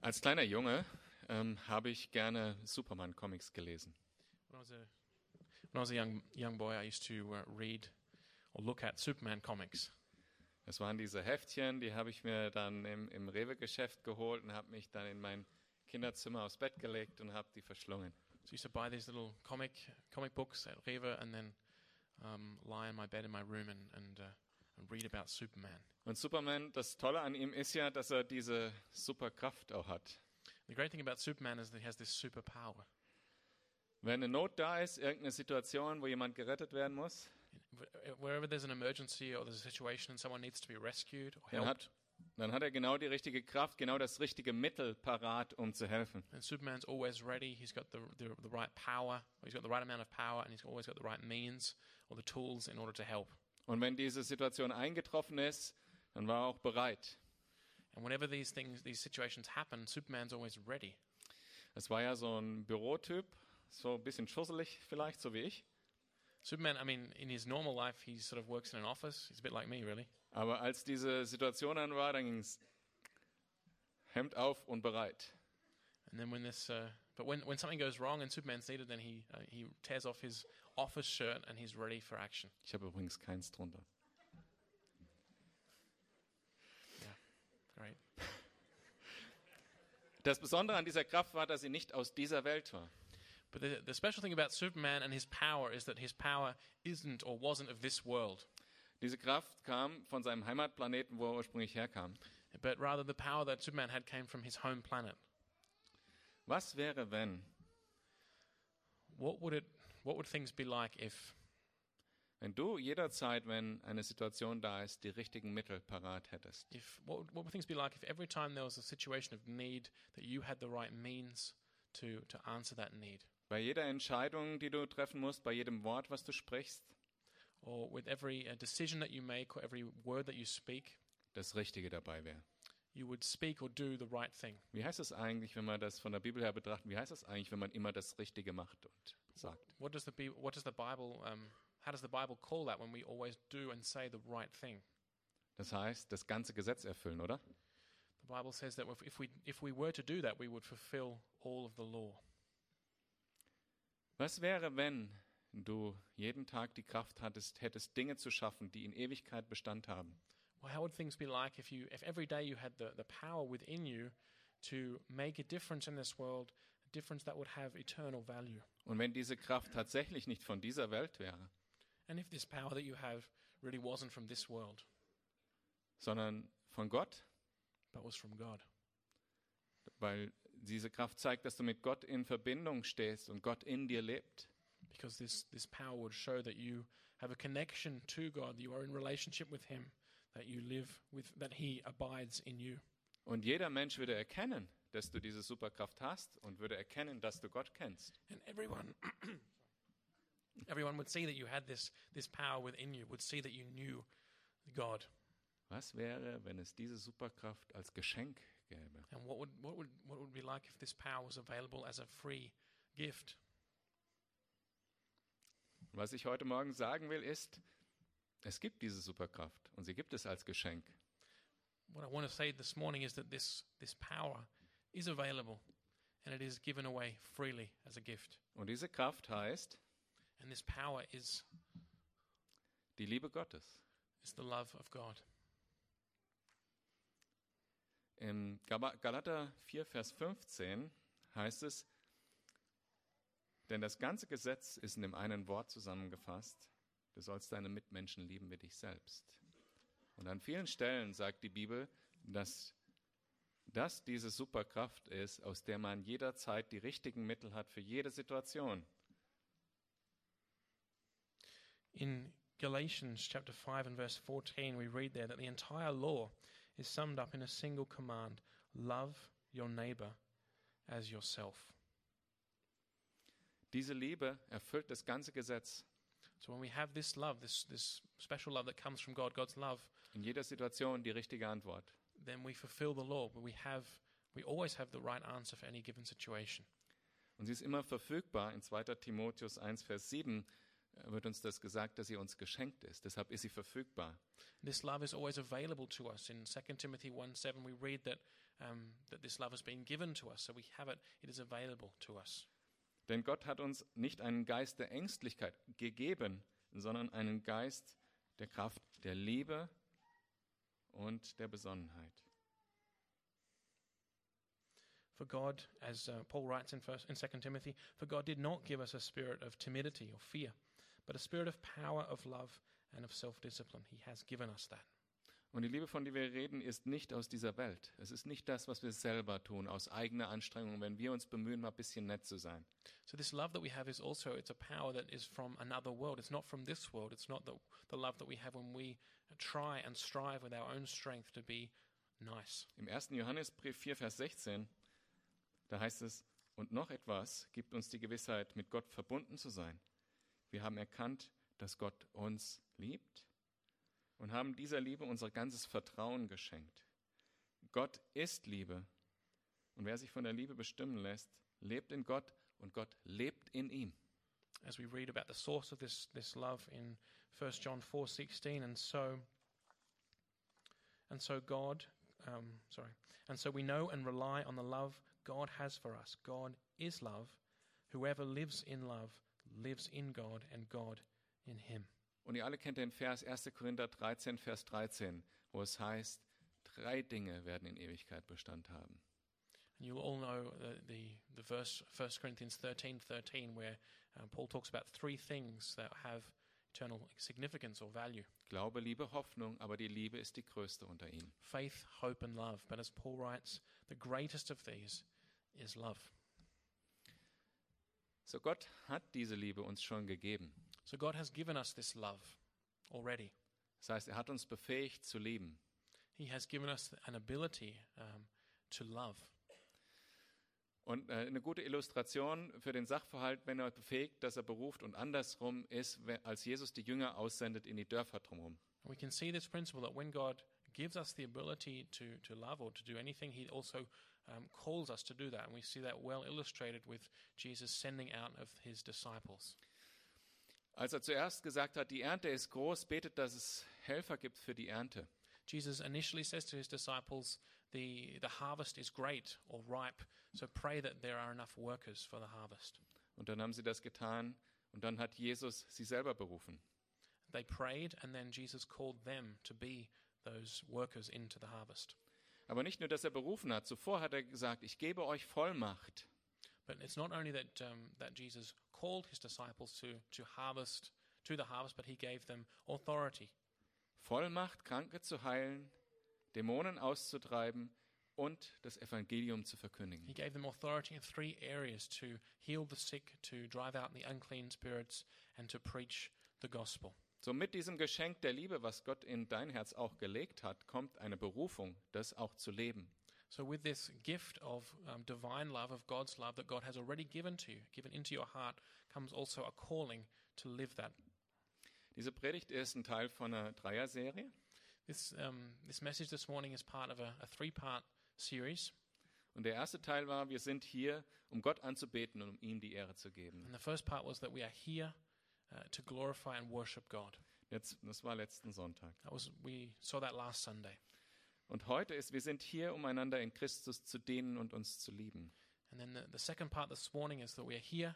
Als kleiner Junge ähm, habe ich gerne Superman-Comics gelesen. When I was a when I was a young young boy, I used to uh, read or look at Superman comics. Das waren diese Heftchen, die habe ich mir dann im, im Rewe-Geschäft geholt und habe mich dann in mein Kinderzimmer aufs Bett gelegt und habe die verschlungen. So I used to buy these little comic comic books at Reva and then um, lie on my bed in my room and and, uh, and read about Superman. Und Superman, das Tolle an ihm ist ja, dass er diese Superkraft auch hat. The great thing about Superman is that he has this superpower. Wenn eine Not da ist, irgendeine Situation, wo jemand gerettet werden muss, Wh- uh, Wherever there's an emergency or there's a situation and someone needs to be rescued or dann helped, hat, dann hat er genau die richtige Kraft, genau das richtige Mittel parat, um zu helfen. and Superman's always ready. He's got the, the the right power. Or he's got the right amount of power, and he's always got the right means or the tools in order to help. Und wenn diese Situation eingetroffen ist, dann war er auch bereit. And whenever these things, these situations happen, Superman's always ready. Es war ja so ein Bürotyp, so ein bisschen schusselig vielleicht, so wie ich. Superman, I mean, in his normal life, he sort of works in an office. He's a bit like me, really. Aber als diese Situation dann war, dann ging es Hemd auf und bereit. And then when this, uh, but when, when something goes wrong and Superman's needed, then he uh, he tears off his office shirt and he's ready for action. Ich habe übrigens keins drunter. Great. Das Besondere an dieser Kraft war, dass sie nicht aus dieser Welt war. But the, the special thing about Superman and his power is that his power isn't or wasn't of this world, Diese Kraft kam von seinem Heimatplaneten, wo er ursprünglich herkam. but rather the power that Superman had came from his home planet. Was wäre, wenn, What would it? What would things be like if wenn du jederzeit, wenn eine Situation da ist, die richtigen Mittel parat hättest? if what would, what would things be like if every time there was a situation of need that you had the right means to to answer that need, Bei jeder Entscheidung, die du treffen musst, bei jedem Wort, was du sprichst, or with every uh, decision that you make or every word that you speak, das Richtige dabei wäre. you would speak or do the right thing. Wie heißt es eigentlich, wenn man das von der Bibel her betrachtet, wie heißt es eigentlich, wenn man immer das Richtige macht und sagt? What does the Bi- what does the Bible um, how does the Bible call that when we always do and say the right thing? Das heißt, das ganze Gesetz erfüllen, oder? The Bible says that if, if we if we were to do that, we would fulfill all of the law. Was wäre, wenn du jeden Tag die Kraft hattest, hättest Dinge zu schaffen, die in Ewigkeit Bestand haben? Well, how would things be like if you if every day you had the, the power within you to make a difference in this world, a difference that would have eternal value? Und wenn diese Kraft tatsächlich nicht von dieser Welt wäre, And if this power that you have really wasn't from this world, sondern von Gott, but was from God. weil diese Kraft zeigt, dass du mit Gott in Verbindung stehst und Gott in dir lebt. Because this, this power would show that you have a connection to God, that you are in relationship with Him, that you live with that He abides in you. Und jeder Mensch würde erkennen, dass du diese Superkraft hast und würde erkennen, dass du Gott kennst. And everyone everyone would see that you had this this power within you, would see that you knew God. Was wäre, wenn es diese Superkraft als Geschenk gäbe? And what would what would what would it be like if this power was available as a free gift? Was ich heute Morgen sagen will, ist, es gibt diese Superkraft und sie gibt es als Geschenk. What I want to say this morning is that this this power is available and it is given away freely as a gift. Und diese Kraft heißt And this power is die Liebe Gottes. is the love of God. Im Gaba- Galater 4, Vers 15 heißt es, denn das ganze Gesetz ist in dem einen Wort zusammengefasst, du sollst deine Mitmenschen lieben wie dich selbst. Und an vielen Stellen sagt die Bibel, dass das diese Superkraft ist, aus der man jederzeit die richtigen Mittel hat für jede Situation. In Galatians chapter 5 and verse 14 we read there that the entire law is summed up in a single command, love your neighbor as yourself. Diese Liebe erfüllt das ganze Gesetz. So when we have this love, this this special love that comes from God, God's love, In jeder Situation die richtige Antwort. then we fulfill the law. But we have, we always have the right answer for any given situation. Und sie ist immer verfügbar. In 2. Timotheus 1, Vers 7 äh, wird uns das gesagt, dass sie uns geschenkt ist. Deshalb ist sie verfügbar. This love is always available to us. In 2 Timothy 1 7, we read that um, that this love has been given to us. So we have it, it is available to us. Denn Gott hat uns nicht einen Geist der Ängstlichkeit gegeben, sondern einen Geist der Kraft, der Liebe und der Besonnenheit. For God, as uh, Paul writes in, first, in 2 Timothy, for God did not give us a spirit of timidity or fear, but a spirit of power, of love, and of self discipline. He has given us that. Und die Liebe, von der wir reden, ist nicht aus dieser Welt. Es ist nicht das, was wir selber tun, aus eigener Anstrengung, wenn wir uns bemühen, mal ein bisschen nett zu sein. So this love that we have is also it's a power that is from another world. It's not from this world. It's not the, the love that we have when we try and strive with our own strength to be nice. Im 1. Johannesbrief 4, Vers 16, da heißt es, und noch etwas gibt uns die Gewissheit, mit Gott verbunden zu sein. Wir haben erkannt, dass Gott uns liebt und haben dieser Liebe unser ganzes Vertrauen geschenkt. Gott ist Liebe. Und wer sich von der Liebe bestimmen lässt, lebt in Gott und Gott lebt in ihm. As we read about the source of this, this love in 1 John 4:16 and so and so God um, sorry and so we know and rely on the love God has for us. God is love. Whoever lives in love lives in God and God in him. Und ihr alle kennt den Vers 1. Korinther 13, Vers 13, wo es heißt, drei Dinge werden in Ewigkeit Bestand haben. And you'll all know the, the, the verse 1 Corinthians 13 13, where uh, Paul talks about three things that have eternal significance or value Glaube, Liebe, Hoffnung, aber die Liebe ist die größte unter ihnen. faith, hope, and love. But as Paul writes, the greatest of these is love. So Gott hat diese Liebe uns schon gegeben. So God has given us this love already. Das heißt, er hat uns befähigt zu lieben. He has given us an ability um, to love. Und äh, eine gute Illustration für den Sachverhalt, wenn er befähigt, dass er beruft und andersrum ist, we- als Jesus die Jünger aussendet in die Dörfer drumherum. And we can see this principle that when God gives us the ability to, to love or to do anything, He also um, calls us to do that. And we see that well illustrated with Jesus sending out of His disciples. Als er zuerst gesagt hat, die Ernte ist groß, betet, dass es Helfer gibt für die Ernte. Jesus initially says to His disciples, the, the harvest is great or ripe, so pray that there are enough workers for the harvest. Und dann haben sie das getan und dann hat Jesus sie selber berufen. They prayed, and then Jesus called them to be those workers into the harvest. Aber nicht nur, dass er berufen hat, zuvor hat er gesagt, ich gebe euch Vollmacht. But it's not only that um, that Jesus called his disciples to to harvest to the harvest, but he gave them authority, Vollmacht, Kranke zu heilen, Dämonen auszutreiben und das Evangelium zu He verkündigen. gave them authority in three areas to heal the sick, to drive out the unclean spirits, and to preach the gospel. So mit diesem Geschenk der Liebe, was Gott in dein Herz auch gelegt hat, kommt eine Berufung, das auch zu leben. So, with this gift of um, divine love, of God's love that God has already given to you, given into your heart, comes also a calling to live that. Diese Predigt ist ein Teil von einer Dreierserie This, um, this message this morning is part of a, a three part series. und der erste Teil war, wir sind hier, um Gott anzubeten und um ihm die Ehre zu geben. And the first part was that we are here uh, to glorify and worship God. Jetzt, das war letzten Sonntag. That was we saw that last Sunday. Und heute ist, wir sind hier, um einander in Christus zu dienen und uns zu lieben. And then the, the second part this morning is that we are here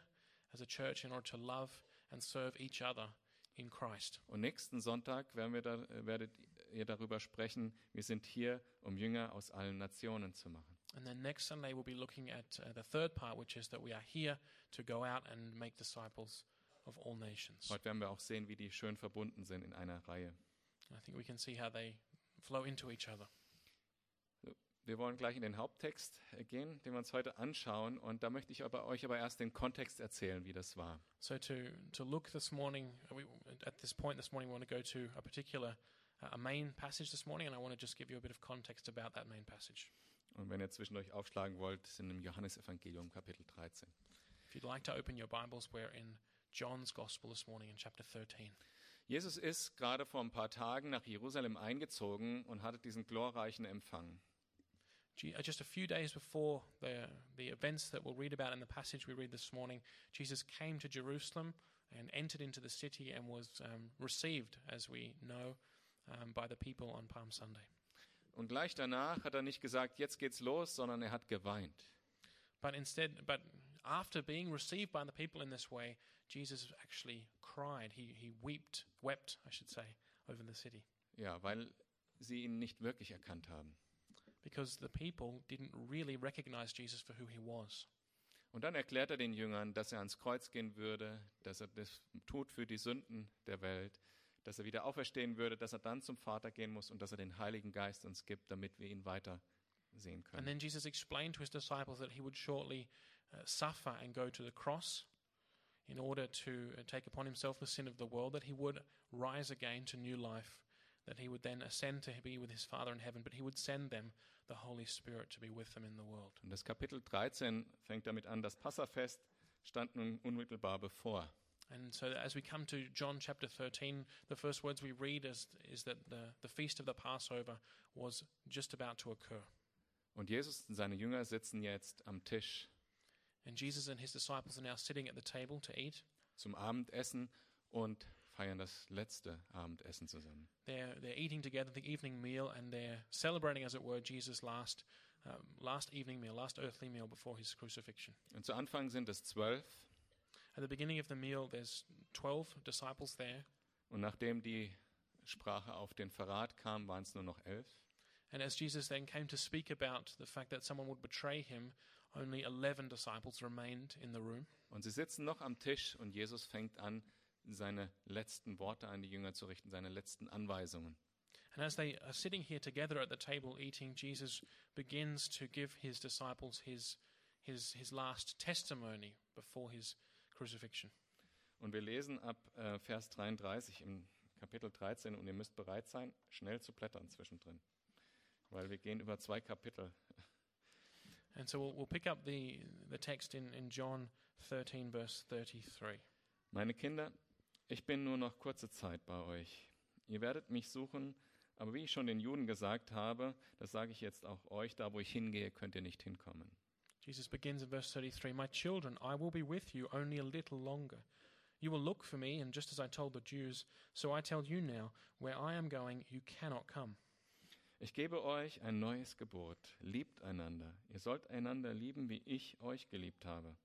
as a church in order to love and serve each other in Christ. Und nächsten Sonntag werden wir da, äh, werdet ihr darüber sprechen, wir sind hier, um Jünger aus allen Nationen zu machen. And then next Sunday we'll be looking at uh, the third part, which is that we are here to go out and make disciples of all nations. Heute werden wir auch sehen, wie die schön verbunden sind in einer Reihe. I think we can see how they flow into each other. Wir wollen gleich in den Haupttext äh, gehen, den wir uns heute anschauen. Und da möchte ich aber euch aber erst den Kontext erzählen, wie das war. So to to look this morning, uh, we, at this point this morning, we want to go to a particular, uh, a main passage this morning, and I want to just give you a bit of context about that main passage. Und wenn ihr zwischendurch aufschlagen wollt, sind im Johannesevangelium Kapitel 13. If you'd like to open your Bibles, we're in John's Gospel this morning in chapter 13. Jesus ist gerade vor ein paar Tagen nach Jerusalem eingezogen und hatte diesen glorreichen Empfang. Je- uh, Just a few days before the the events that we'll read about in the passage we read this morning, Jesus came to Jerusalem and entered into the city and was um, received, as we know, um, by the people on Palm Sunday. Und gleich danach hat er nicht gesagt, jetzt geht's los, sondern er hat geweint. But instead, but after being received by the people in this way, Jesus actually cried. He, he wept, wept, I should say, over the city Ja, weil sie ihn nicht wirklich erkannt haben. because the people didn't really recognize Jesus for who he was. Und dann erklärt er den Jüngern, dass er ans Kreuz gehen würde, dass er das tut für die Sünden der Welt, dass er wieder auferstehen würde, dass er dann zum Vater gehen muss und dass er den Heiligen Geist uns gibt, damit wir ihn weiter sehen können. And then Jesus explained to his disciples that he would shortly uh, suffer and go to the cross in order to uh, take upon himself the sin of the world, that he would rise again to new life, that he would then ascend to be with his Father in heaven, but he would send them the Holy Spirit to be with them in the world. Und das Kapitel 13 fängt damit an, das Passafest stand nun unmittelbar bevor. And so as we come to John chapter 13, the first words we read is, is that the, the feast of the Passover was just about to occur. Und Jesus und seine Jünger sitzen jetzt am Tisch And Jesus and his disciples are now sitting at the table to eat. zum Abendessen und feiern das letzte Abendessen zusammen. They're, they're eating together the evening meal and they're celebrating, as it were, Jesus' last, um, last evening meal, last earthly meal before his crucifixion. Und zu Anfang sind es zwölf At the beginning of the meal, there's 12 disciples there. und nachdem die Sprache auf den Verrat kam, waren es nur noch elf. And as Jesus then came to speak about the fact that someone would betray him, only 11 disciples remained in the room. Und sie sitzen noch am Tisch und Jesus fängt an, seine letzten Worte an die Jünger zu richten, seine letzten Anweisungen. And as they are sitting here together at the table eating, Jesus begins to give his disciples his, his, his last testimony before his crucifixion. Und wir lesen ab äh, Vers 33 im Kapitel 13 und ihr müsst bereit sein, schnell zu blättern zwischendrin, weil wir gehen über zwei Kapitel. And so we'll, we'll pick up the, the text in, in John 13, verse 33. Meine Kinder, ich bin nur noch kurze Zeit bei euch. Ihr werdet mich suchen, aber wie ich schon den Juden gesagt habe, das sage ich jetzt auch euch, da wo ich hingehe, könnt ihr nicht hinkommen. Jesus begins in verse 33 My children, I will be with you only a little longer. You will look for me, and just as I told the Jews, so I tell you now, where I am going, you cannot come. Ich gebe euch ein neues Gebot. Liebt einander. Ihr sollt einander lieben, wie ich euch geliebt habe.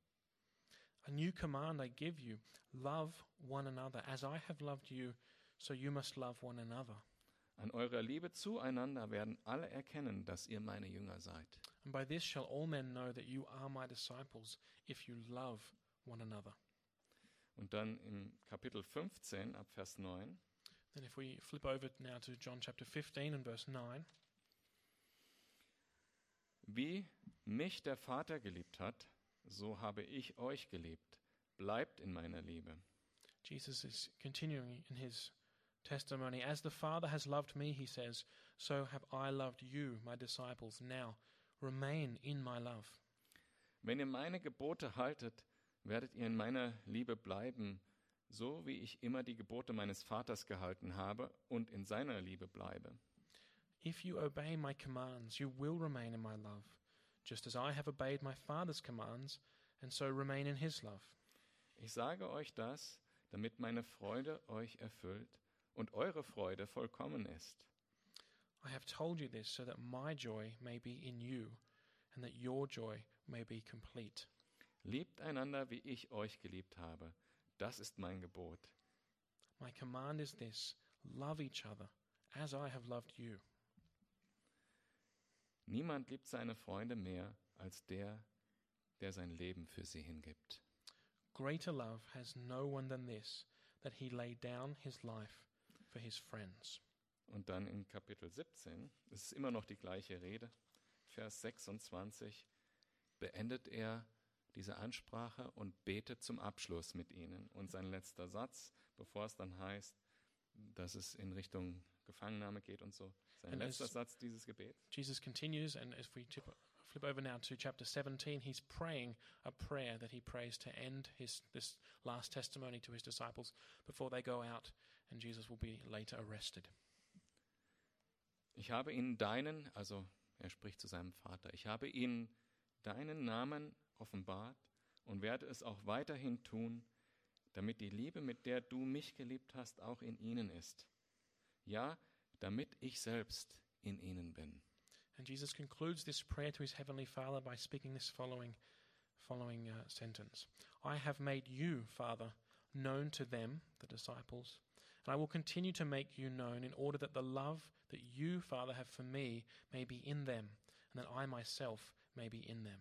A new command I give you love one another. As I have loved you, so you must love one another. An eurer Liebe zueinander werden alle erkennen, dass ihr meine Jünger seid. And by this shall all men know that you are my disciples, if you love one another. Und dann im Kapitel 15 ab Vers 9. Then, if we flip over now to John chapter 15 and verse 9, Wie mich der Vater geliebt hat, so habe ich euch geliebt. Bleibt in meiner Liebe. Jesus is continuing in his testimony. As the Father has loved me, he says, so have I loved you, my disciples. Now remain in my love. Wenn ihr meine Gebote haltet, werdet ihr in meiner Liebe bleiben, so wie ich immer die Gebote meines Vaters gehalten habe und in seiner Liebe bleibe. If you obey my commands, you will remain in my love, just as I have obeyed my Father's commands, and so remain in his love. Ich sage euch das, damit meine Freude euch erfüllt und eure Freude vollkommen ist. I have told you this so that my joy may be in you, and that your joy may be complete. Liebt einander, wie ich euch geliebt habe. Das ist mein Gebot. My command is this love each other as I have loved you. Niemand liebt seine Freunde mehr als der, der sein Leben für sie hingibt. Greater love has no one than this, that he laid down his life for his friends. Und dann in Kapitel 17, es ist immer noch die gleiche Rede, Vers 26, beendet er diese Ansprache und betet zum Abschluss mit ihnen. Und sein letzter Satz, bevor es dann heißt, dass es in Richtung Gefangennahme geht und so, sein Ein letzter letztes- Satz dieses Gebets. Jesus continues, and if we tip, flip over now to chapter 17, he's praying a prayer that he prays to end his, this last testimony to his disciples before they go out, and Jesus will be later arrested. Ich habe ihnen deinen, also er spricht zu seinem Vater, ich habe ihnen deinen Namen offenbart und werde es auch weiterhin tun, damit die Liebe, mit der du mich geliebt hast, auch in ihnen ist. Ja, damit ich selbst in ihnen bin. And Jesus concludes this prayer to his heavenly Father by speaking this following, following uh, sentence I have made you, Father, known to them, the disciples, and I will continue to make you known in order that the love that you, Father, have for me may be in them, and that I myself may be in them.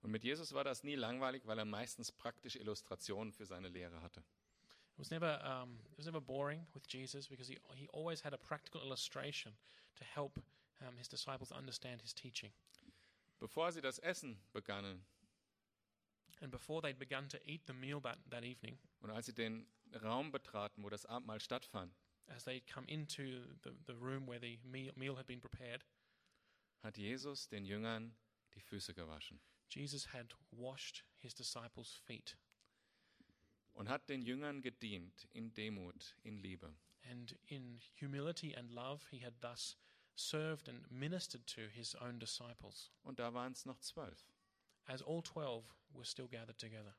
Und mit Jesus war das nie langweilig, weil er meistens praktische Illustrationen für seine Lehre hatte. It was never, um, it was never boring with Jesus because he, he always had a practical illustration to help um, his disciples understand his teaching. Bevor sie das Essen begannen And before they'd begun to eat the meal that, that evening, und als sie den Raum betraten, wo das Abendmahl stattfand, as they'd come into the, the room where the meal, meal had been prepared, hat Jesus den Jüngern die Füße gewaschen Jesus had washed his disciples' feet und hat den Jüngern gedient in Demut, in Liebe. And in humility and love, he had thus served and ministered to his own disciples, Und da waren es noch zwölf. as all twelve were still gathered together.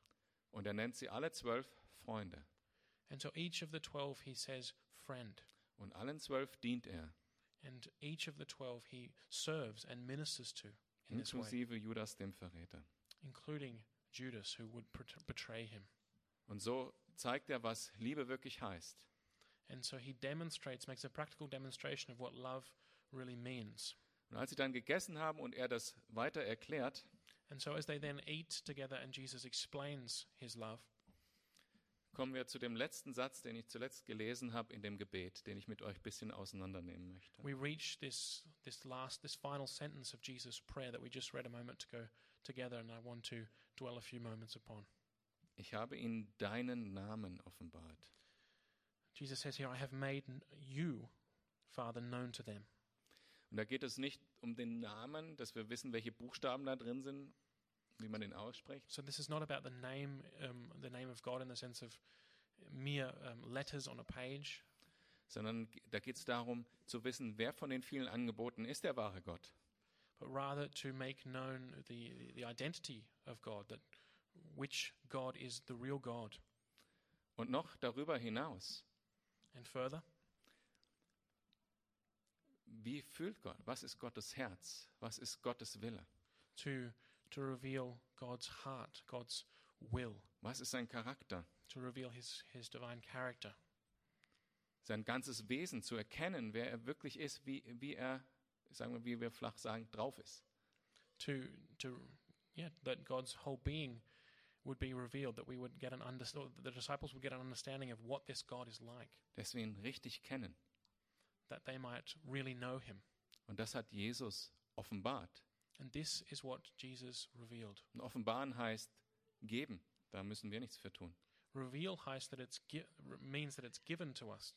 Und er nennt sie alle zwölf Freunde. And to each of the twelve, he says, Friend. Und allen zwölf dient er, And each of the twelve, he serves and ministers to in this way, inklusive Judas dem Verräter. including Judas, who would bet- betray him. Und so zeigt er, was Liebe wirklich heißt. And so he demonstrates, makes a practical demonstration of what love really means. Und als sie dann gegessen haben und er das weiter erklärt, And so, as they then eat together and Jesus explains his love, kommen wir zu dem letzten Satz, den ich zuletzt gelesen habe in dem Gebet, den ich mit euch ein bisschen auseinandernehmen möchte. we reach this this last this final sentence of Jesus' prayer that we just read a moment ago together, and I want to dwell a few moments upon. Ich habe ihnen deinen Namen offenbart. Jesus says here, "I have made n- you, Father, known to them." Und da geht es nicht um den Namen, dass wir wissen, welche Buchstaben da drin sind, wie man den ausspricht, So this is not about the name um, the name of God in the sense of mere um, letters on a page, sondern da geht es darum zu wissen, wer von den vielen Angeboten ist der wahre Gott. but rather to make known the the identity of God that which God is the real God. Und noch darüber hinaus, And further, wie fühlt Gott? Was ist Gottes Herz? Was ist Gottes Wille? to to reveal God's heart, God's will. Was ist sein Charakter? to reveal his, his divine character, Sein ganzes Wesen zu erkennen, wer er wirklich ist, wie, wie er, sagen wir, wie wir flach sagen, drauf ist. to to yeah, that God's whole being would be revealed, that we would get an under, or the disciples would get an understanding of what this God is like, Dass wir ihn richtig kennen. that they might really know him. Und das hat Jesus offenbart. And this is what Jesus revealed. Und offenbaren heißt geben. Da müssen wir nichts für tun. Reveal heißt that it's gi- means that it's given to us.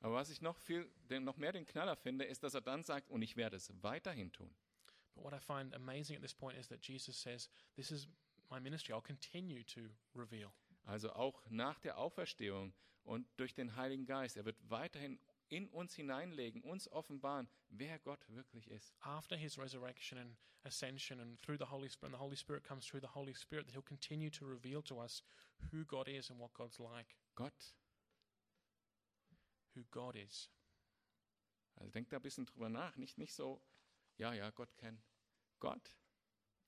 Aber was ich noch viel, den, noch mehr den Knaller finde, ist, dass er dann sagt, und ich werde es weiterhin tun. But what I find amazing at this point is that Jesus says, "This is my ministry. I'll continue to reveal." Also auch nach der Auferstehung und durch den Heiligen Geist. Er wird weiterhin in uns hineinlegen, uns offenbaren, wer Gott wirklich ist. after his resurrection and ascension and through the Holy Spirit, and the Holy Spirit comes through the Holy Spirit, that he'll continue to reveal to us who God is and what God's like, Gott. who God is. Also denkt da ein bisschen drüber nach. Nicht, nicht so, ja, ja, Gott kennen. Gott.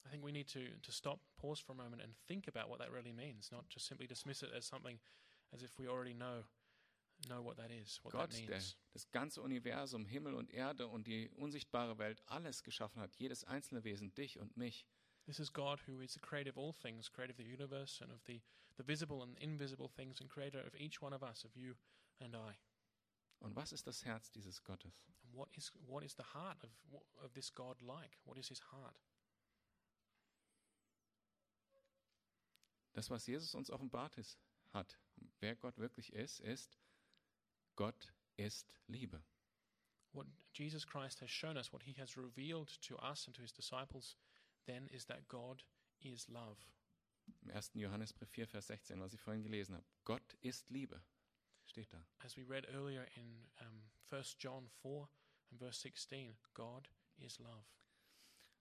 I think we need to, to stop, pause for a moment, and think about what that really means, not just simply dismiss it as something as if we already know know what that is, what Gott, that der means. das ganze Universum, Himmel und Erde und die unsichtbare Welt, alles geschaffen hat. Jedes einzelne Wesen, dich und mich. This is God who is the creator of all things, creator of the universe and of the, the visible and invisible things, and creator of each one of us, of you and I. Und was ist das Herz dieses Gottes? And what is what is the heart of wh- of this God like? What is his heart? Das, was Jesus uns offenbart ist, hat, wer Gott wirklich ist, ist, Gott ist Liebe. What Jesus Christ has shown us, what he has revealed to us and to his disciples, then is that God is love. Im 1. Johannesbrief 4, Vers 16, was ich vorhin gelesen habe. Gott ist Liebe. Steht da. As we read earlier in um, 1 John 4 and verse 16, God is love.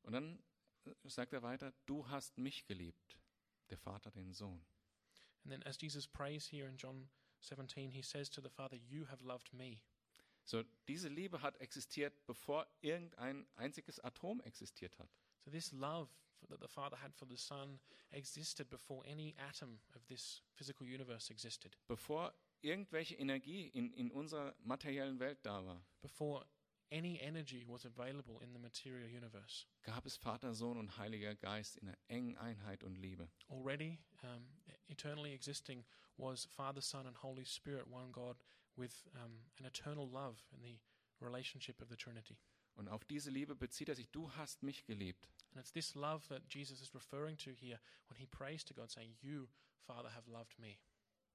Und dann äh, sagt er weiter, du hast mich geliebt, der Vater den Sohn. And then as Jesus prays here in John 17, he says to the Father, You have loved me. So, diese Liebe hat existiert, bevor irgendein einziges Atom existiert hat. So this love f- that the Father had for the Son existed before any atom of this physical universe existed, Bevor irgendwelche Energie in, in unserer materiellen Welt da war, before any energy was available in the material universe. gab es Vater, Sohn und Heiliger Geist in einer engen Einheit und Liebe. Already, um, e- eternally existing was Father, Son, and Holy Spirit, one God, with um, an eternal love in the relationship of the Trinity. Und auf diese Liebe bezieht er sich, du hast mich geliebt. And it's this love that Jesus is referring to here when he prays to God, saying, You, Father, have loved me.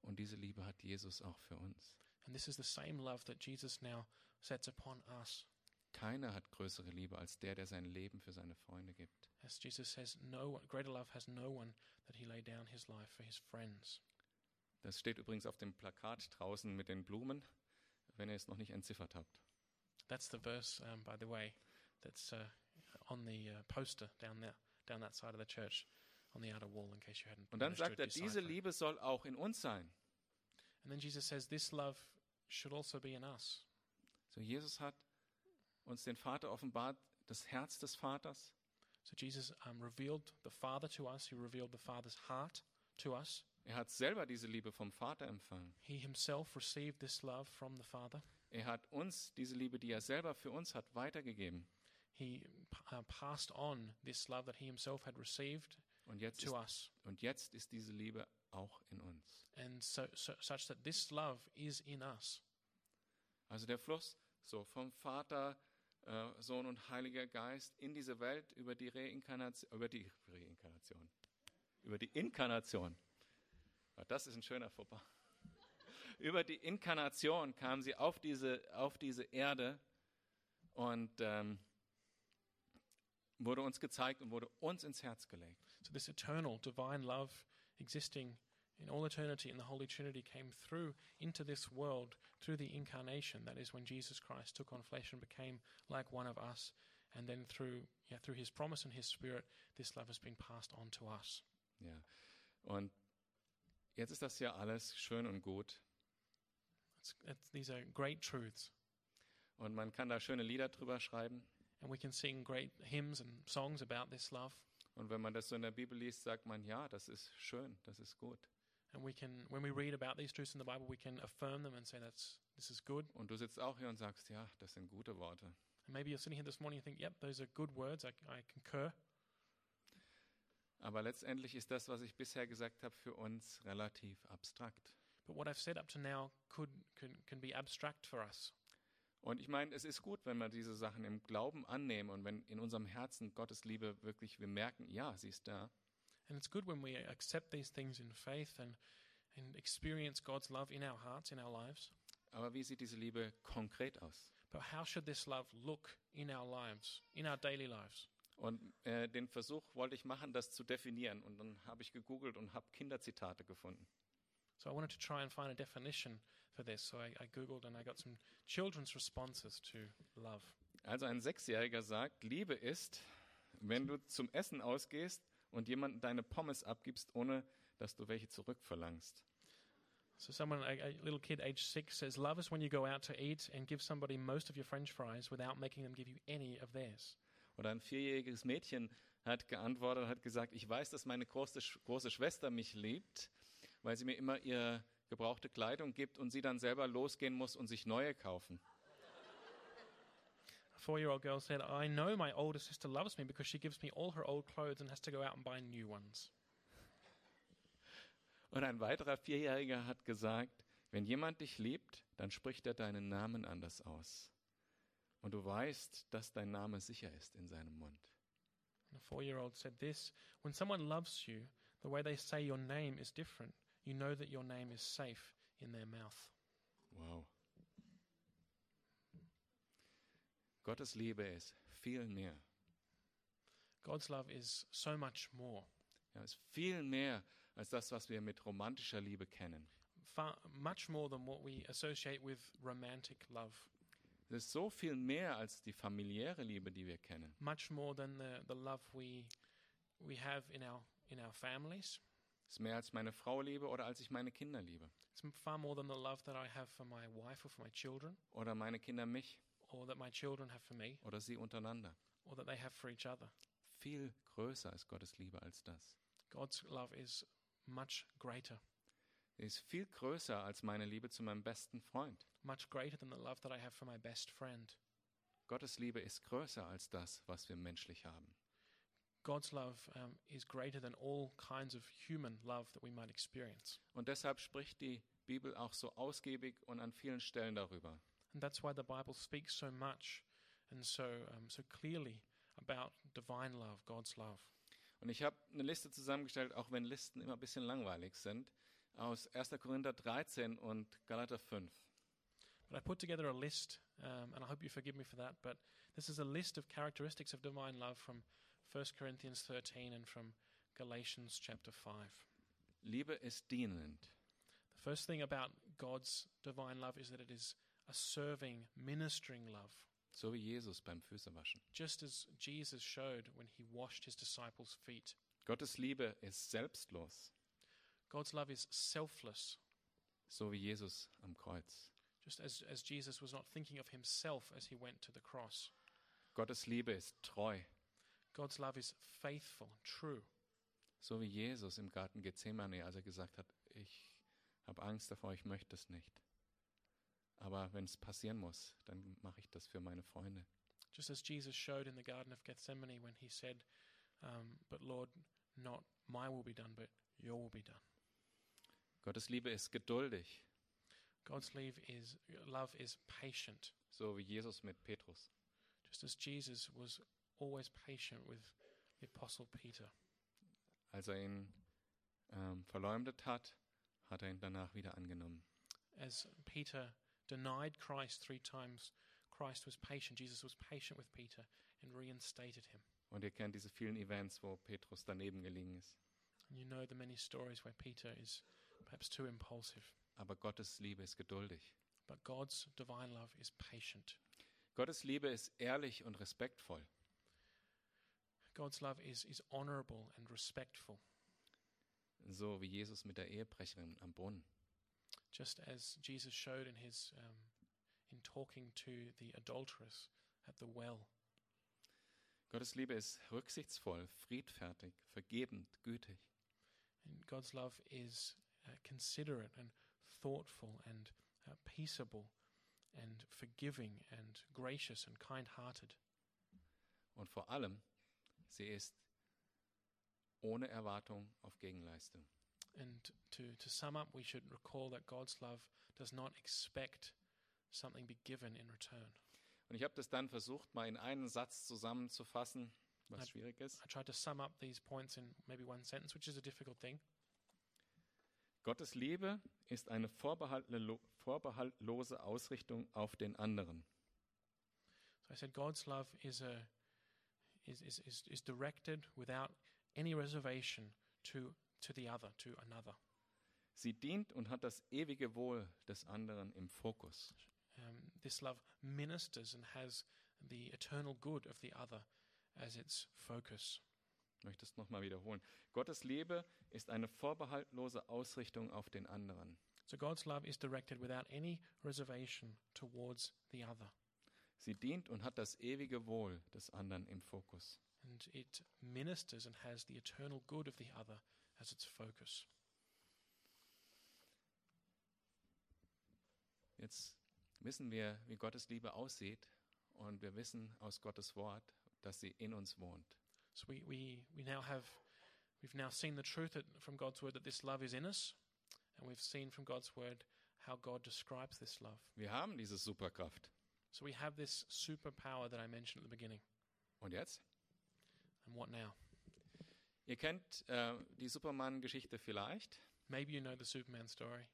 Und diese Liebe hat Jesus auch für uns. And this is the same love that Jesus now sets upon us. Keiner hat größere Liebe als der, der sein Leben für seine Freunde gibt. As Jesus says, no one, greater love has no one that he lay down his life for his friends. Das steht übrigens auf dem Plakat draußen mit den Blumen, wenn ihr es noch nicht entziffert habt. That's the verse, um, by the way, that's uh, on the uh, poster down there, down that side of the church, on the outer wall, in case you hadn't. Und dann sagt managed to er, diese decipher it. Liebe soll auch in uns sein. And then Jesus says, this love should also be in us. So Jesus hat uns den Vater offenbart, das Herz des Vaters. So Jesus um, revealed the Father to us. He revealed the Father's heart to us. Er hat selber diese Liebe vom Vater empfangen. He himself received this love from the Father. Er hat uns diese Liebe, die er selber für uns hat, weitergegeben. He p- uh, passed on this love that he himself had received Und jetzt, ist, to us. und jetzt ist diese Liebe auch in uns. and so, so such that this love is in us. Also der Fluss so vom Vater, äh, Sohn und Heiliger Geist in diese Welt über die Reinkarnation, über die Reinkarnation, über die Inkarnation. Ah, Das ist ein schöner Fauxpas. Über die Inkarnation kam sie auf diese, auf diese Erde und ähm, wurde uns gezeigt und wurde uns ins Herz gelegt. So this eternal divine love existing in all eternity in the Holy Trinity came through into this world through the incarnation. That is when Jesus Christ took on flesh and became like one of us. And then through yeah, through his promise and his spirit, this love has been passed on to us. Ja. Und jetzt ist das ja alles schön und gut. It's, it's, these are great truths. Und man kann da schöne Lieder drüber schreiben. And we can sing great hymns and songs about this love. Und wenn man das so in der Bibel liest, sagt man, ja, das ist schön, das ist gut. And we can, when we read about these truths in the Bible, we can affirm them and say, "That's this is good. Und du sitzt auch hier und sagst, ja, das sind gute Worte. And maybe you're sitting here this morning and think, yep, those are good words. I, I concur. Aber letztendlich ist das, was ich bisher gesagt habe, für uns relativ abstrakt. But what I've said up to now could, can, can be abstract for us. Und ich meine, es ist gut, wenn wir diese Sachen im Glauben annehmen und wenn in unserem Herzen Gottes Liebe wirklich, wir merken, ja, sie ist da. And it's good when we accept these things in faith and, and experience God's love in our hearts, in our lives. Aber wie sieht diese Liebe konkret aus? But how should this love look in our lives, in our daily lives? Und äh, den Versuch wollte ich machen, das zu definieren. Und dann habe ich gegoogelt und habe Kinderzitate gefunden. So I wanted to try and find a definition for this. So I, I Googled and I got some children's responses to love. Also ein Sechsjähriger sagt, Liebe ist, wenn du zum Essen ausgehst und jemandem deine Pommes abgibst, ohne dass du welche zurückverlangst. So someone, a, a little kid age six, says, Love is when you go out to eat and give somebody most of your french fries without making them give you any of theirs. Oder ein vierjähriges Mädchen hat geantwortet und hat gesagt, ich weiß, dass meine große, Sch- große Schwester mich liebt, weil sie mir immer ihre gebrauchte Kleidung gibt und sie dann selber losgehen muss und sich neue kaufen. A four year old girl said, I know my older sister loves me because she gives me all her old clothes and has to go out and buy new ones. Und ein weiterer Vierjähriger hat gesagt, wenn jemand dich liebt, dann spricht er deinen Namen anders aus. Und du weißt, dass dein Name sicher ist in seinem Mund. And a four year old said this When someone loves you, the way they say your name is different. You know that your name is safe in their mouth. Wow. Gottes Liebe ist viel mehr. God's love is so much more, Ja, ist viel mehr als das, was wir mit romantischer Liebe kennen. far, much more than what we associate with romantic love. Es ist so viel mehr als die familiäre Liebe, die wir kennen. much more than the, the love we we have in our in our families. Ist mehr als meine Frau liebe oder als ich meine Kinder liebe. It's m- far more than the love that I have for my wife or for my children, Oder meine Kinder mich or that my children have for me, oder sie untereinander. or that they have for each other. Viel größer ist Gottes Liebe als das. God's love is much greater, Sie ist viel größer als meine Liebe zu meinem besten Freund. much greater than the love that I have for my best friend. Gottes Liebe ist größer als das, was wir menschlich haben. God's love um, is greater than all kinds of human love that we might experience. Und deshalb spricht die Bibel auch so ausgiebig und an vielen Stellen darüber. And that's why the Bible speaks so much and so, um, so clearly about divine love, God's love. Und ich habe eine Liste zusammengestellt, auch wenn Listen immer ein bisschen langweilig sind, aus 1. Korinther 13 und Galater 5. But I put together a list, um, and I hope you forgive me for that, but this is a list of characteristics of divine love from 1 Corinthians 13 and from Galatians chapter 5. Liebe ist dienend. The first thing about God's divine love is that it is a serving, ministering love, So wie Jesus beim Füßewaschen. just as Jesus showed when he washed his disciples' feet. Gottes Liebe ist selbstlos. God's love is selfless, So wie Jesus am Kreuz. just as, as Jesus was not thinking of himself as he went to the cross. Gottes Liebe ist treu. God's love is faithful, true, So wie Jesus im Garten Gethsemane, als er gesagt hat, ich habe Angst davor, ich möchte es nicht. Aber wenn es passieren muss, dann mache ich das für meine Freunde. just as Jesus showed in the Garden of Gethsemane when he said, um, But Lord, not my will be done, but your will be done. Gottes Liebe ist geduldig, God's leave is, love is patient, so wie Jesus mit Petrus. just as Jesus was always patient with the Apostle Peter. Als er ihn ähm, verleumdet hat, hat er ihn danach wieder angenommen. As Peter denied Christ three times, Christ was patient. Jesus was patient with Peter and reinstated him. Und ihr kennt diese vielen Events, wo Petrus daneben gelegen ist. And you know the many stories where Peter is perhaps too impulsive. Aber Gottes Liebe ist geduldig. But God's divine love is patient. Gottes Liebe ist ehrlich und respektvoll. God's love is, is honorable and respectful, So wie Jesus mit der Ehebrecherin am Brunnen. just as Jesus showed in his um, in talking to the adulteress at the well. Gottes Liebe ist rücksichtsvoll, friedfertig, vergebend, gütig. And God's love is uh, considerate and thoughtful and uh, peaceable and forgiving and gracious and kind-hearted. Und vor allem, sie ist ohne Erwartung auf Gegenleistung. And to, to sum up, we should recall that God's love does not expect something be given in return. Und ich habe das dann versucht, mal in einen Satz zusammenzufassen, was Hat- schwierig ist. I tried to sum up these points in maybe one sentence, which is a difficult thing. Gottes Liebe ist eine vorbehaltlo- vorbehaltlose Ausrichtung auf den anderen. So I said, God's love is a is is is, is directed without any reservation to to the other, to another. Sie dient und hat das ewige Wohl des anderen im Fokus. Um, this love ministers and has the eternal good of the other as its focus. Ich möchte es nochmal wiederholen. Gottes Liebe ist eine vorbehaltlose Ausrichtung auf den anderen. So God's love is directed without any reservation towards the other, Sie dient und hat das ewige Wohl des anderen im Fokus. and it ministers and has the eternal good of the other as its focus. Jetzt wissen wir, wie Gottes Liebe aussieht und wir wissen aus Gottes Wort, dass sie in uns wohnt. So we, we, we now have, we've now seen the truth that, from God's word that this love is in us, and we've seen from God's word how God describes this love. Wir haben diese Superkraft. So we have this superpower that I mentioned at the beginning. Und jetzt? And what now? Ihr kennt äh, die Superman-Geschichte vielleicht. Maybe you know the Superman story.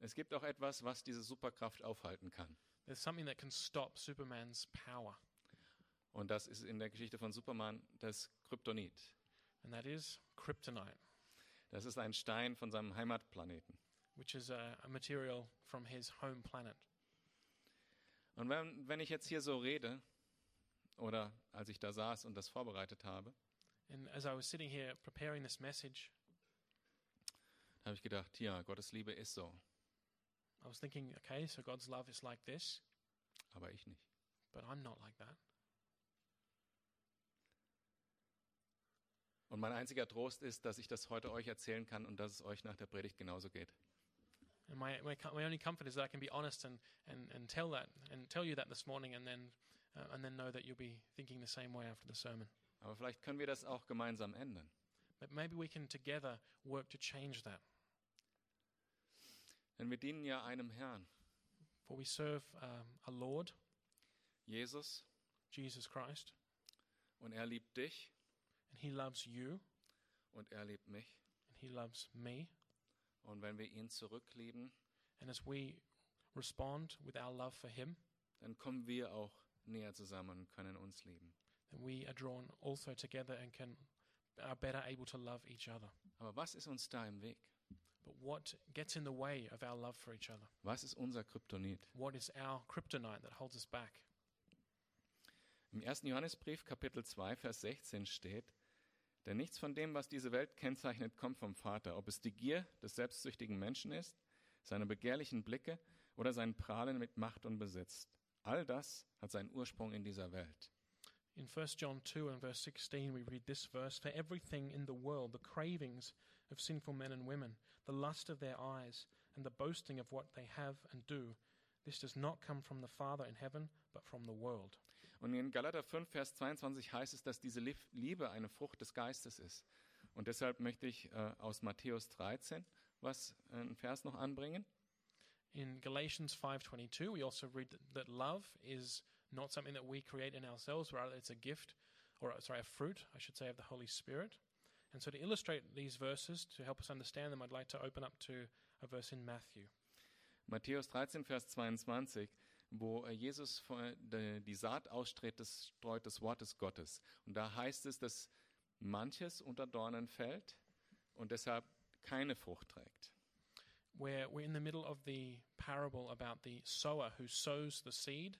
Es gibt auch etwas, was diese Superkraft aufhalten kann. There's something that can stop Superman's power, Und das ist in der Geschichte von Superman das Kryptonit. and that is kryptonite, Das ist ein Stein von seinem Heimatplaneten. which is a, a material from his home planet. Und wenn, wenn ich jetzt hier so rede, oder als ich da saß und das vorbereitet habe, And as I was sitting here preparing this message, habe ich gedacht, ja, Gottes Liebe ist so, I was thinking, okay, so God's love is like this, aber ich nicht. but I'm not like that. Und mein einziger Trost ist, dass ich das heute euch erzählen kann und dass es euch nach der Predigt genauso geht. And my, my, co- my only comfort is that I can be honest and, and, and tell that and tell you that this morning, and then uh, and then know that you'll be thinking the same way after the sermon. Aber vielleicht können wir das auch gemeinsam ändern. But maybe we can together work to change that. Denn wir dienen ja einem Herrn, For we serve um, a Lord, Jesus, Jesus Christ, und er liebt dich and He loves you, und er liebt mich. and He loves me. Und wenn wir ihn zurücklieben, And as we respond with our love for Him, dann kommen wir auch näher zusammen und können uns lieben. then we are drawn also together and can are better able to love each other. Aber was ist uns da im Weg? But what gets in the way of our love for each other? Was ist unser Kryptonit? What is our kryptonite that holds us back? Im 1. Johannesbrief Kapitel 2 Vers 16 steht: Denn nichts von dem, was diese Welt kennzeichnet, kommt vom Vater, ob es die Gier des selbstsüchtigen Menschen ist, seine begehrlichen Blicke oder sein Prahlen mit Macht und Besitz. All das hat seinen Ursprung in dieser Welt. In 1 John 2 and verse 16, we read this verse For everything in the world, the cravings of sinful men and women, the lust of their eyes, and the boasting of what they have and do, this does not come from the Father in heaven, but from the world. Und in Galater 5, Vers 22 heißt es, dass diese Lieb- Liebe eine Frucht des Geistes ist. Und deshalb möchte ich äh, aus Matthäus 13 was, äh, einen Vers noch anbringen. In Galatians 5:22, we also read that, that love is not something that we create in ourselves, rather it's a gift, or uh, sorry, a fruit, I should say, of the Holy Spirit. And so, to illustrate these verses, to help us understand them, I'd like to open up to a verse in Matthew. Matthäus 13, Vers 22, wo äh, Jesus vor- de- die Saat ausstreut des, streut des Wortes Gottes. Und da heißt es, dass manches unter Dornen fällt und deshalb keine Frucht trägt. where we're in the middle of the parable about the sower who sows the seed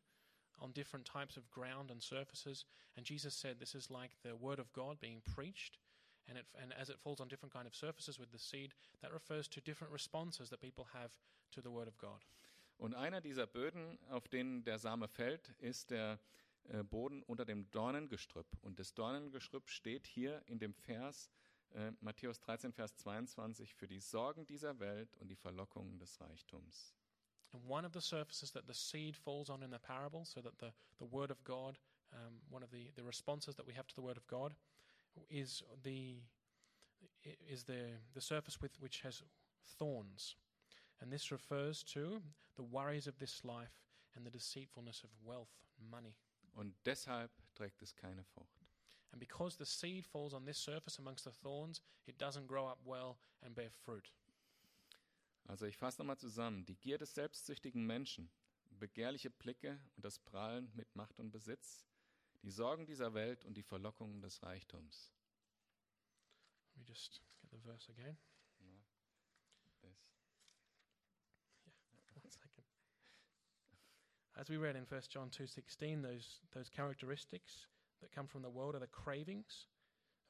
on different types of ground and surfaces and jesus said this is like the word of god being preached and, it, and as it falls on different kind of surfaces with the seed that refers to different responses that people have to the word of god Und einer dieser Böden, auf denen der Same fällt, ist der äh, Boden unter dem Dornengestrüpp. Und das Dornengestrüpp steht hier in dem Vers äh, Matthäus 13, Vers 22 für die Sorgen dieser Welt und die Verlockungen des Reichtums. and one of the surfaces that the seed falls on in the parable so that the, the word of god um, one of the, the responses that we have to the word of god is the i- is the the surface with which has thorns and this refers to the worries of this life and the deceitfulness of wealth money Und deshalb trägt es keine Frucht. and because the seed falls on this surface amongst the thorns it doesn't grow up well and bear fruit Also ich fasse nochmal zusammen. Die Gier des selbstsüchtigen Menschen, begehrliche Blicke und das Prahlen mit Macht und Besitz, die Sorgen dieser Welt und die Verlockungen des Reichtums. let me just get the verse again Das One second. As we read in 1 John 2:16, those those characteristics that come from the world are the cravings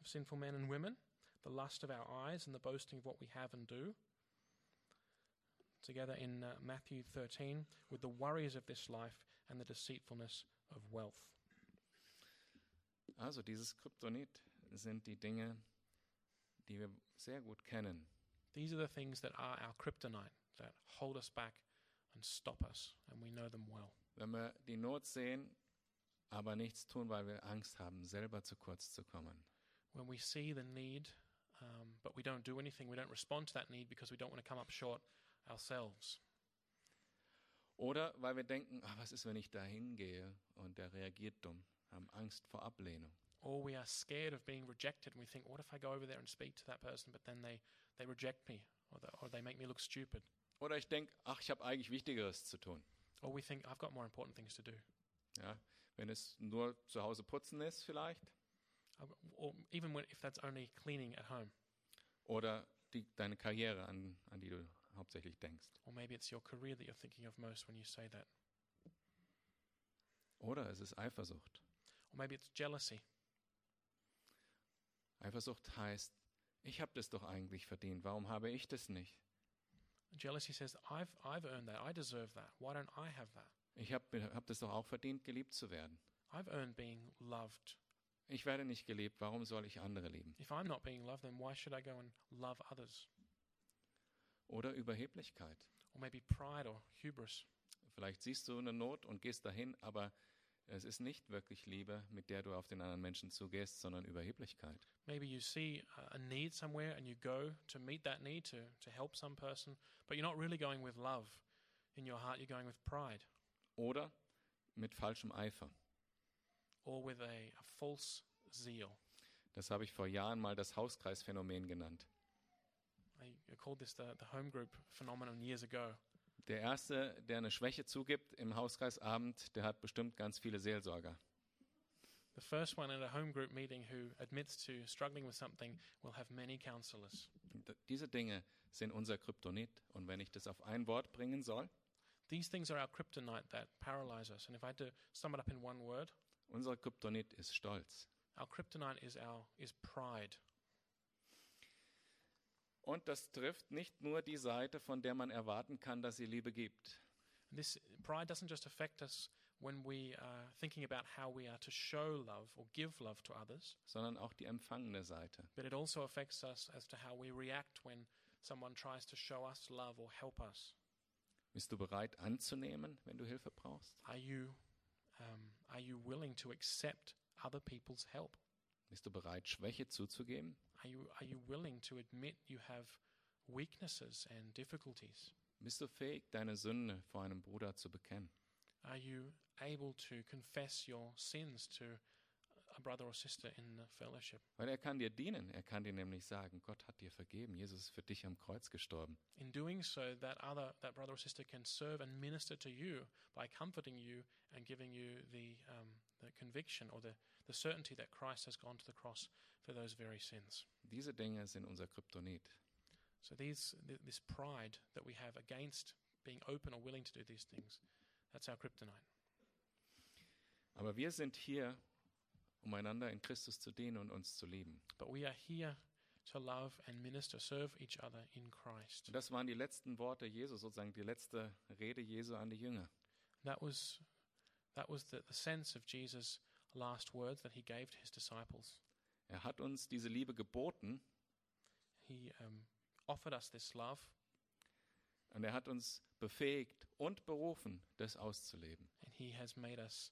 of sinful men and women, the lust of our eyes, and the boasting of what we have and do. Together in uh, Matthew 13, with the worries of this life and the deceitfulness of wealth. Also dieses Kryptonit sind die Dinge, die wir sehr gut kennen. These are the things that are our kryptonite that hold us back and stop us, and we know them well. Wenn wir die Not sehen, aber nichts tun, weil wir Angst haben, selber zu kurz zu kommen. when we see the need, um, but we don't do anything, we don't respond to that need because we don't want to come up short ourselves. Oder weil wir denken, ah, was ist, wenn ich da hingehe und der reagiert dumm, haben Angst vor Ablehnung. Or we are scared of being rejected and we think, what if I go over there and speak to that person, but then they, they reject me or, the, or they make me look stupid? Oder ich denke, ach, ich habe eigentlich Wichtigeres zu tun. Or we think, I've got more important things to do. Ja, wenn es nur zu Hause putzen ist vielleicht. I've- Or even when, if that's only cleaning at home, Oder die, deine Karriere, an, an die du hauptsächlich denkst. or maybe it's your career that you're thinking of most when you say that. Oder es ist Eifersucht. Or maybe it's jealousy. Eifersucht heißt, Ich habe das doch eigentlich verdient. Warum habe ich das nicht? Jealousy says, I've, I've earned that. I deserve that. Why don't I have that? Ich habe hab das doch auch verdient, geliebt zu werden. I've earned being loved. Ich werde nicht geliebt. Warum soll ich andere lieben? If I'm not being loved, then why should I go and love others? Oder Überheblichkeit. Or maybe pride or hubris. Vielleicht siehst du eine Not und gehst dahin, aber es ist nicht wirklich Liebe, mit der du auf den anderen Menschen zugehst, sondern Überheblichkeit. Maybe you see a- a need somewhere and you go to meet that need to, to help some person, but you're not really going with love. In your heart, you're going with pride Oder mit falschem Eifer. or with a, a false zeal. Das habe ich vor Jahren mal das Hauskreisphänomen genannt. I I called this the, the home group phenomenon years ago. Der Erste, der eine Schwäche zugibt im Hauskreisabend, der hat bestimmt ganz viele Seelsorger. The first one at a home group meeting who admits to struggling with something will have many counselors. D- Diese Dinge sind unser Kryptonit. Und wenn ich das auf ein Wort bringen soll, These things are our kryptonite that paralyze us. And if I had to sum it up in one word, unser Kryptonit ist Stolz. our kryptonite is our is pride. Und das trifft nicht nur die Seite, von der man erwarten kann, dass sie Liebe gibt. And this pride doesn't just affect us when we are thinking about how we are to show love or give love to others, sondern auch die empfangene Seite. but it also affects us as to how we react when someone tries to show us love or help us. Bist du bereit anzunehmen, wenn du Hilfe brauchst? Are you um, are you willing to accept other people's help? Bist du bereit, Schwäche zuzugeben? Are you are you willing to admit you have weaknesses and difficulties? Bist du fähig, deine Sünde vor einem Bruder zu bekennen? Are you able to confess your sins to a brother or sister in the fellowship? Weil er kann dir dienen. Er kann dir nämlich sagen, Gott hat dir vergeben. Jesus ist für dich am Kreuz gestorben. In doing so, that other that brother or sister can serve and minister to you by comforting you and giving you the um, the conviction or the, the certainty that Christ has gone to the cross for those very sins. Diese Dinge sind unser Kryptonit. So these th- this pride that we have against being open or willing to do these things, that's our kryptonite. Aber wir sind hier, um einander in Christus zu dienen und uns zu lieben. But we are here to love and minister, serve each other in Christ. Und das waren die letzten Worte Jesu, sozusagen die letzte Rede Jesu an die Jünger. That was that was the, the sense of Jesus' last words that he gave to his disciples. Er hat uns diese Liebe geboten He um, offered us this love, und er hat uns befähigt und berufen, das auszuleben. and he has made us.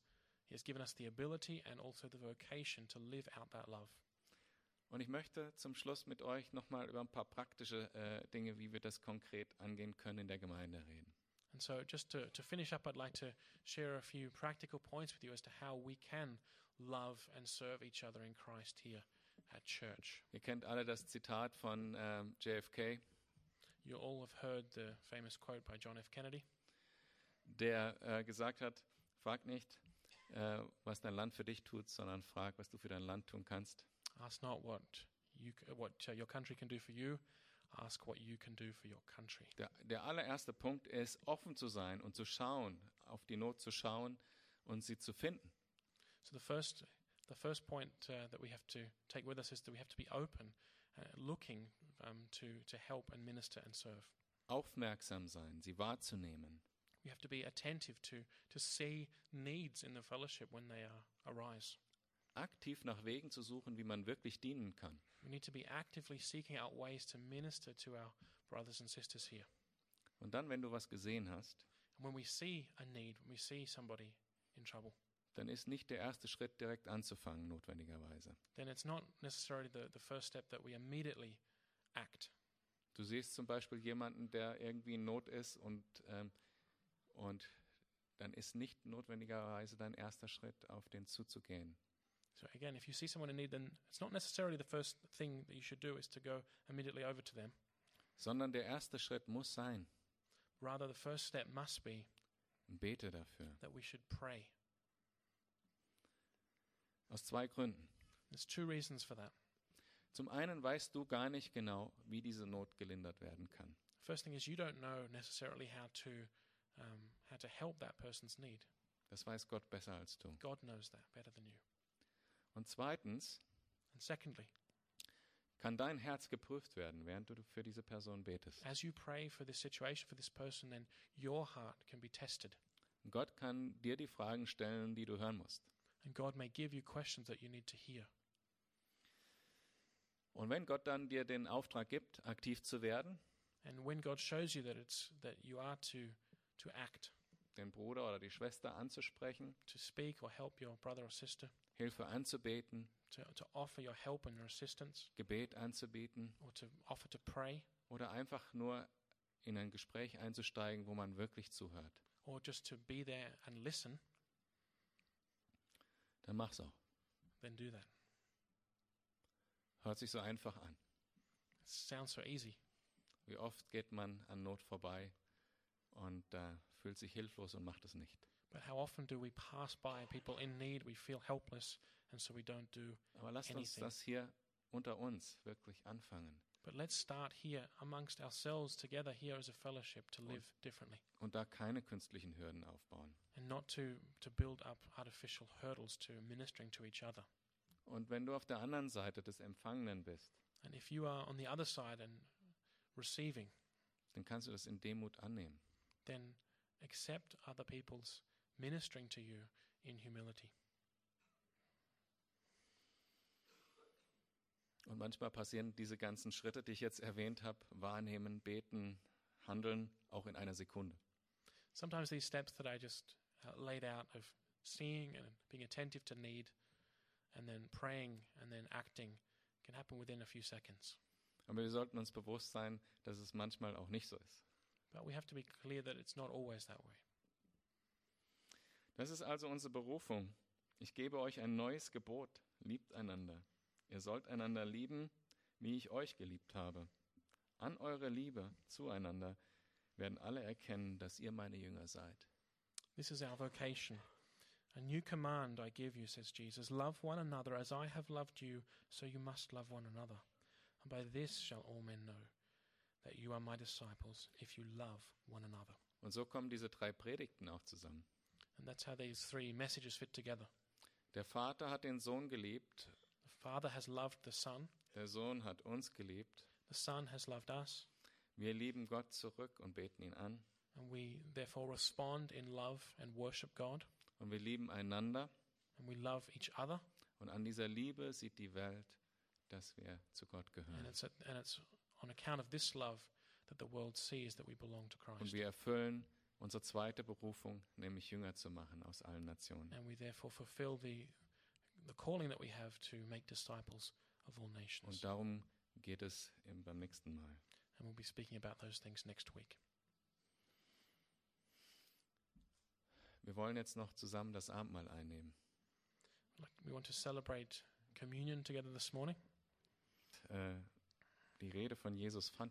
He has given us the ability and also the vocation to live out that love. Und ich möchte zum Schluss mit euch nochmal über ein paar praktische äh, Dinge, wie wir das konkret angehen können, in der Gemeinde reden. And so, just to, to finish up, I'd like to share a few practical points with you as to how we can love and serve each other in Christ here at church. Ihr kennt alle das Zitat von ähm, JFK, You all have heard the famous quote by John F. Kennedy. der äh, gesagt hat, frag nicht, äh, was dein Land für dich tut, sondern frag, was du für dein Land tun kannst. Ask not what you c- what uh, your country can do for you. Ask what you can do for your country. Der, der allererste Punkt ist, offen zu sein und zu schauen, auf die Not zu schauen und sie zu finden. So the first the first point uh, that we have to take with us is that we have to be open, uh, looking um, to to help and minister and serve. Aufmerksam sein, sie wahrzunehmen. We have to be attentive to to see needs in the fellowship when they are, arise. Aktiv nach Wegen zu suchen, wie man wirklich dienen kann. We need to be actively seeking out ways to minister to our brothers and sisters here. Und dann, wenn du was gesehen hast, And when we see a need, when we see somebody in trouble, dann ist nicht der erste Schritt direkt anzufangen, notwendigerweise. then it's not necessarily the, the first step that we immediately act. Du siehst zum Beispiel jemanden, der irgendwie in Not ist und, ähm, und dann ist nicht notwendigerweise dein erster Schritt, auf den zuzugehen. So again, if you see someone in need, then it's not necessarily the first thing that you should do is to go immediately over to them. Sondern der erste Schritt muss sein. Rather, the first step must be Bete dafür. that we should pray. Aus zwei Gründen. There's two reasons for that. Zum einen weißt du gar nicht genau, wie diese Not gelindert werden kann. First thing is you don't know necessarily how to um, how to help that person's need. Das weiß Gott besser als du. God knows that better than you. Und zweitens And secondly, kann dein Herz geprüft werden, während du für diese Person betest. As you pray for this situation, for this person, then your heart can be tested. Und Gott kann dir die Fragen stellen, die du hören musst. And God may give you questions that you need to hear. Und wenn Gott dann dir den Auftrag gibt, aktiv zu werden, And when God shows you that it's that you are to to act, den Bruder oder die Schwester anzusprechen, to speak or help your brother or sister, Hilfe anzubeten, to, to offer your help and your assistance, Gebet anzubieten or to offer to pray, oder einfach nur in ein Gespräch einzusteigen, wo man wirklich zuhört, or just to be there and listen, dann mach's auch. then do that. Hört sich so einfach an. It sounds so easy. Wie oft geht man an Not vorbei und äh, fühlt sich hilflos und macht es nicht. But how often do we pass by people in need? We feel helpless, and so we don't do. Aber lasst uns Anything. das hier unter uns wirklich anfangen But let's start here amongst ourselves, together here as a fellowship, to live differently und da keine künstlichen Hürden aufbauen. and not to, to build up artificial hurdles to ministering to each other. Und wenn du auf der anderen Seite des Empfangenen bist, And if you are on the other side and receiving, dann kannst du das in Demut annehmen. then accept other people's ministering to you in humility. Und manchmal passieren diese ganzen Schritte, die ich jetzt erwähnt habe, wahrnehmen, beten, handeln, auch in einer Sekunde. Sometimes these steps that I just uh, laid out of seeing and being attentive to need, and then praying and then acting can happen within a few seconds. Aber wir sollten uns bewusst sein, dass es manchmal auch nicht so ist. But we have to be clear that it's not always that way. Das ist also unsere Berufung. Ich gebe euch ein neues Gebot. Liebt einander. Ihr sollt einander lieben, wie ich euch geliebt habe. An eure Liebe zueinander werden alle erkennen, dass ihr meine Jünger seid. This is our vocation. A new command I give you, says Jesus love one another as I have loved you, so you must love one another. And by this shall all men know that you are my disciples if you love one another. Und so kommen diese drei Predigten auch zusammen. And that's how these three messages fit together. Der Vater hat den Sohn geliebt, The Father has loved the Son, der Sohn hat uns geliebt. the Son has loved us, Wir lieben Gott zurück und beten ihn an. and we therefore respond in love and worship God, Und wir lieben einander. and we love each other. Und an dieser Liebe sieht die Welt, dass wir zu Gott And, gehören. it's at, and it's on account of this love that the world sees that we belong to Christ. Und wir erfüllen unsere zweite Berufung, nämlich Jünger zu machen aus allen Nationen. and we therefore fulfill the the calling that we have to make disciples of all nations. Und darum geht es im- beim nächsten Mal. and we'll be speaking about those things next week. Wir wollen jetzt noch zusammen das Abendmahl einnehmen. Like we want to celebrate communion together this morning. Äh, Die Rede von Jesus fand